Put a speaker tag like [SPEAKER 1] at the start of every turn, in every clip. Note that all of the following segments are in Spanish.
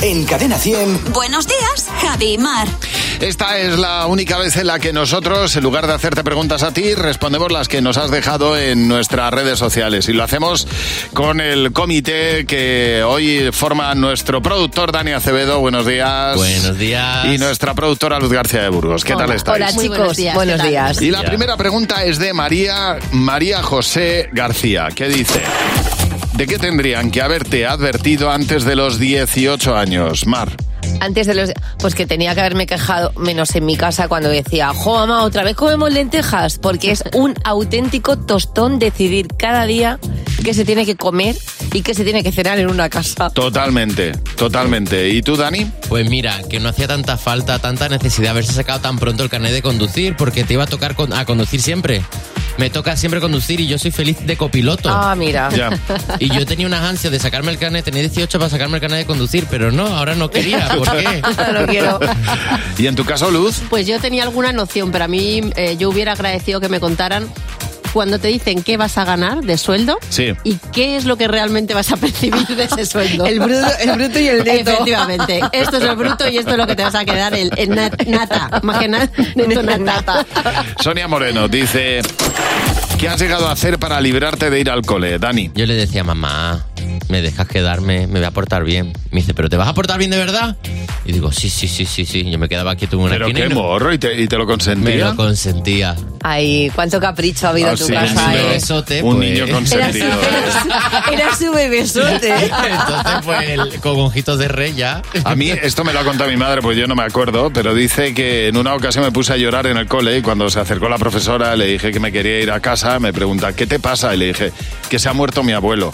[SPEAKER 1] En Cadena 100.
[SPEAKER 2] Buenos días, Javi y Mar.
[SPEAKER 3] Esta es la única vez en la que nosotros, en lugar de hacerte preguntas a ti, respondemos las que nos has dejado en nuestras redes sociales. Y lo hacemos con el comité que hoy forma nuestro productor Dani Acevedo. Buenos días.
[SPEAKER 4] Buenos días.
[SPEAKER 3] Y nuestra productora Luz García de Burgos. ¿Qué tal estáis?
[SPEAKER 5] Hola chicos, buenos días.
[SPEAKER 6] buenos días.
[SPEAKER 3] Y la primera pregunta es de María, María José García, que dice, ¿de qué tendrían que haberte advertido antes de los 18 años, Mar?
[SPEAKER 6] Antes de los. Pues que tenía que haberme quejado, menos en mi casa, cuando decía, jo, mamá, otra vez comemos lentejas, porque es un auténtico tostón decidir cada día qué se tiene que comer y qué se tiene que cenar en una casa.
[SPEAKER 3] Totalmente, totalmente. ¿Y tú, Dani?
[SPEAKER 4] Pues mira, que no hacía tanta falta, tanta necesidad haberse sacado tan pronto el carnet de conducir, porque te iba a tocar con- a conducir siempre. Me toca siempre conducir y yo soy feliz de copiloto.
[SPEAKER 6] Ah, mira.
[SPEAKER 3] Ya.
[SPEAKER 4] Y yo tenía unas ansias de sacarme el carnet, tenía 18 para sacarme el carnet de conducir, pero no, ahora no quería. ¿Por qué?
[SPEAKER 6] no quiero.
[SPEAKER 3] ¿Y en tu caso, Luz?
[SPEAKER 5] Pues yo tenía alguna noción, pero a mí eh, yo hubiera agradecido que me contaran cuando te dicen qué vas a ganar de sueldo
[SPEAKER 3] Sí.
[SPEAKER 5] y qué es lo que realmente vas a percibir de ese sueldo.
[SPEAKER 6] El bruto, el bruto y el neto.
[SPEAKER 5] Efectivamente, esto es lo bruto y esto es lo que te vas a quedar, el, el na- nata, más que na- neto, na- nata.
[SPEAKER 3] Sonia Moreno dice, ¿qué has llegado a hacer para librarte de ir al cole, Dani?
[SPEAKER 4] Yo le decía, mamá, me dejas quedarme, me voy a portar bien. Me dice, ¿pero te vas a portar bien de verdad? Y digo, sí, sí, sí, sí, sí. Yo me quedaba aquí en una
[SPEAKER 3] Pero
[SPEAKER 4] esquina
[SPEAKER 3] qué
[SPEAKER 4] y no-
[SPEAKER 3] morro, y te, y te lo
[SPEAKER 4] me
[SPEAKER 3] consentía.
[SPEAKER 4] lo consentía.
[SPEAKER 6] Ay, cuánto capricho ha habido
[SPEAKER 3] Ah,
[SPEAKER 6] en tu
[SPEAKER 3] sí,
[SPEAKER 6] casa,
[SPEAKER 3] un niño-
[SPEAKER 6] eh.
[SPEAKER 4] Besote,
[SPEAKER 3] un
[SPEAKER 4] pues.
[SPEAKER 3] niño
[SPEAKER 6] Era su,
[SPEAKER 3] consentido. ¿eh?
[SPEAKER 6] bebé- ¿eh? era su bebesote.
[SPEAKER 4] Entonces, pues, el- con ojitos de rey ya.
[SPEAKER 3] A mí esto me lo ha contado mi madre, pues yo no me acuerdo, pero dice que en una ocasión me puse a llorar en el cole y cuando se acercó la profesora le dije que me quería ir a casa, me pregunta, ¿qué te pasa? Y le dije, que se ha muerto mi abuelo.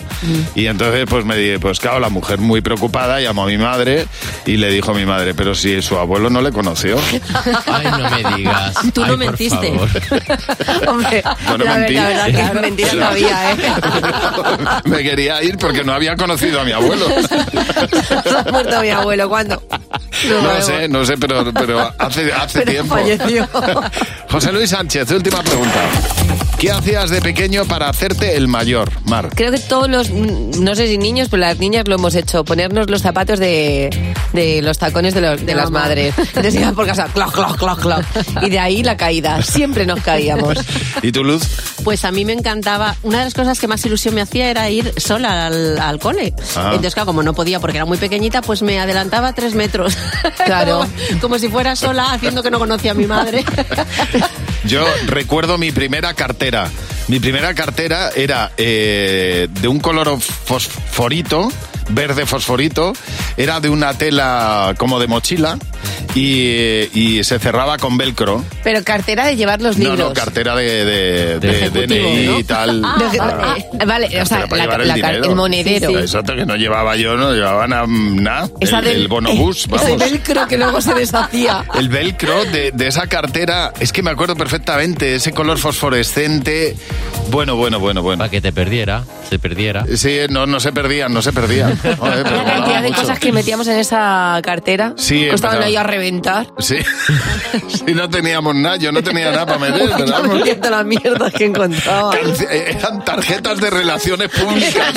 [SPEAKER 3] Y entonces pues me dije, pues claro, la mujer muy preocupada llamó a mi madre y le dijo a mi madre, pero si su abuelo no le conoció.
[SPEAKER 4] Ay, no me digas.
[SPEAKER 5] Tú no
[SPEAKER 4] Ay, por
[SPEAKER 5] mentiste.
[SPEAKER 4] favor.
[SPEAKER 6] Hombre,
[SPEAKER 3] Yo no
[SPEAKER 6] la, ver-
[SPEAKER 3] mentí.
[SPEAKER 6] la verdad que
[SPEAKER 3] Claro.
[SPEAKER 6] mentira no había, ¿eh?
[SPEAKER 3] me quería ir porque no había conocido a mi abuelo.
[SPEAKER 6] Se ha muerto mi abuelo, ¿cuándo?
[SPEAKER 3] No,
[SPEAKER 6] vemos.
[SPEAKER 3] sé, no sé, pero, pero hace, hace
[SPEAKER 6] Pero
[SPEAKER 3] tiempo.
[SPEAKER 6] falleció.
[SPEAKER 3] José Luis Sánchez, última pregunta. ¿Qué hacías de pequeño para hacerte el mayor, Mar?
[SPEAKER 6] Creo que todos los, mm, no sé si niños, pero las niñas lo hemos hecho, ponernos los zapatos de, de los tacones de, los- de
[SPEAKER 5] De
[SPEAKER 6] las
[SPEAKER 5] mamá.
[SPEAKER 6] madres. Entonces íbamos por casa, cloc, cloc, cloc, cloc. Y de ahí la caída, siempre nos caíamos.
[SPEAKER 3] ¿Y tu luz?
[SPEAKER 5] Pues a mí me encantaba, una de las cosas que más ilusión me hacía era ir sola al, al cole.
[SPEAKER 3] Ah.
[SPEAKER 5] Entonces, claro, como no podía porque era muy pequeñita, pues me adelantaba tres metros.
[SPEAKER 6] Claro.
[SPEAKER 5] como, como si fuera sola, haciendo que no conocía a mi madre.
[SPEAKER 3] Yo recuerdo mi primera cartera. Mi primera cartera era eh, de un color fosforito, verde fosforito, era de una tela como de mochila y, y se cerraba con velcro.
[SPEAKER 6] Pero cartera de llevar los
[SPEAKER 3] No,
[SPEAKER 6] libros.
[SPEAKER 3] no, cartera de, de, de,
[SPEAKER 4] ejecutivo,
[SPEAKER 3] DNI
[SPEAKER 4] ¿no?
[SPEAKER 3] y tal.
[SPEAKER 6] De-
[SPEAKER 3] Ah.
[SPEAKER 6] ah, vale, o sea,
[SPEAKER 3] Pero para
[SPEAKER 6] la-
[SPEAKER 3] llevar
[SPEAKER 6] la car-
[SPEAKER 3] dinero.
[SPEAKER 6] el monedero.
[SPEAKER 3] Sí, sí. Exacto, que no llevaba yo, no llevaba na- nada.
[SPEAKER 6] Esa
[SPEAKER 3] el,
[SPEAKER 6] del-
[SPEAKER 3] el bonobús,
[SPEAKER 6] Ese
[SPEAKER 3] vamos.
[SPEAKER 6] velcro que luego se deshacía.
[SPEAKER 3] El velcro de, de esa cartera, es que me acuerdo perfectamente, ese color fosforescente. Bueno, bueno, bueno, bueno.
[SPEAKER 4] Para que te perdiera, se perdiera.
[SPEAKER 3] Sí, no, no se perdían, no se perdían. Joder, Eh, pero
[SPEAKER 6] La cantidad
[SPEAKER 3] molaba
[SPEAKER 6] de
[SPEAKER 3] mucho.
[SPEAKER 6] cosas que metíamos en esa cartera.
[SPEAKER 3] Sí,
[SPEAKER 6] Costaban
[SPEAKER 3] empezaba-
[SPEAKER 6] ahí a reventar.
[SPEAKER 3] Sí, sí, no teníamos nada, yo no tenía nada para meter,
[SPEAKER 6] Uy,
[SPEAKER 3] pero
[SPEAKER 6] ya me
[SPEAKER 3] vamos.
[SPEAKER 6] siento las mierdas que
[SPEAKER 3] eh,
[SPEAKER 6] encontraba.
[SPEAKER 3] Calce- Eran tarjetas de relaciones públicas.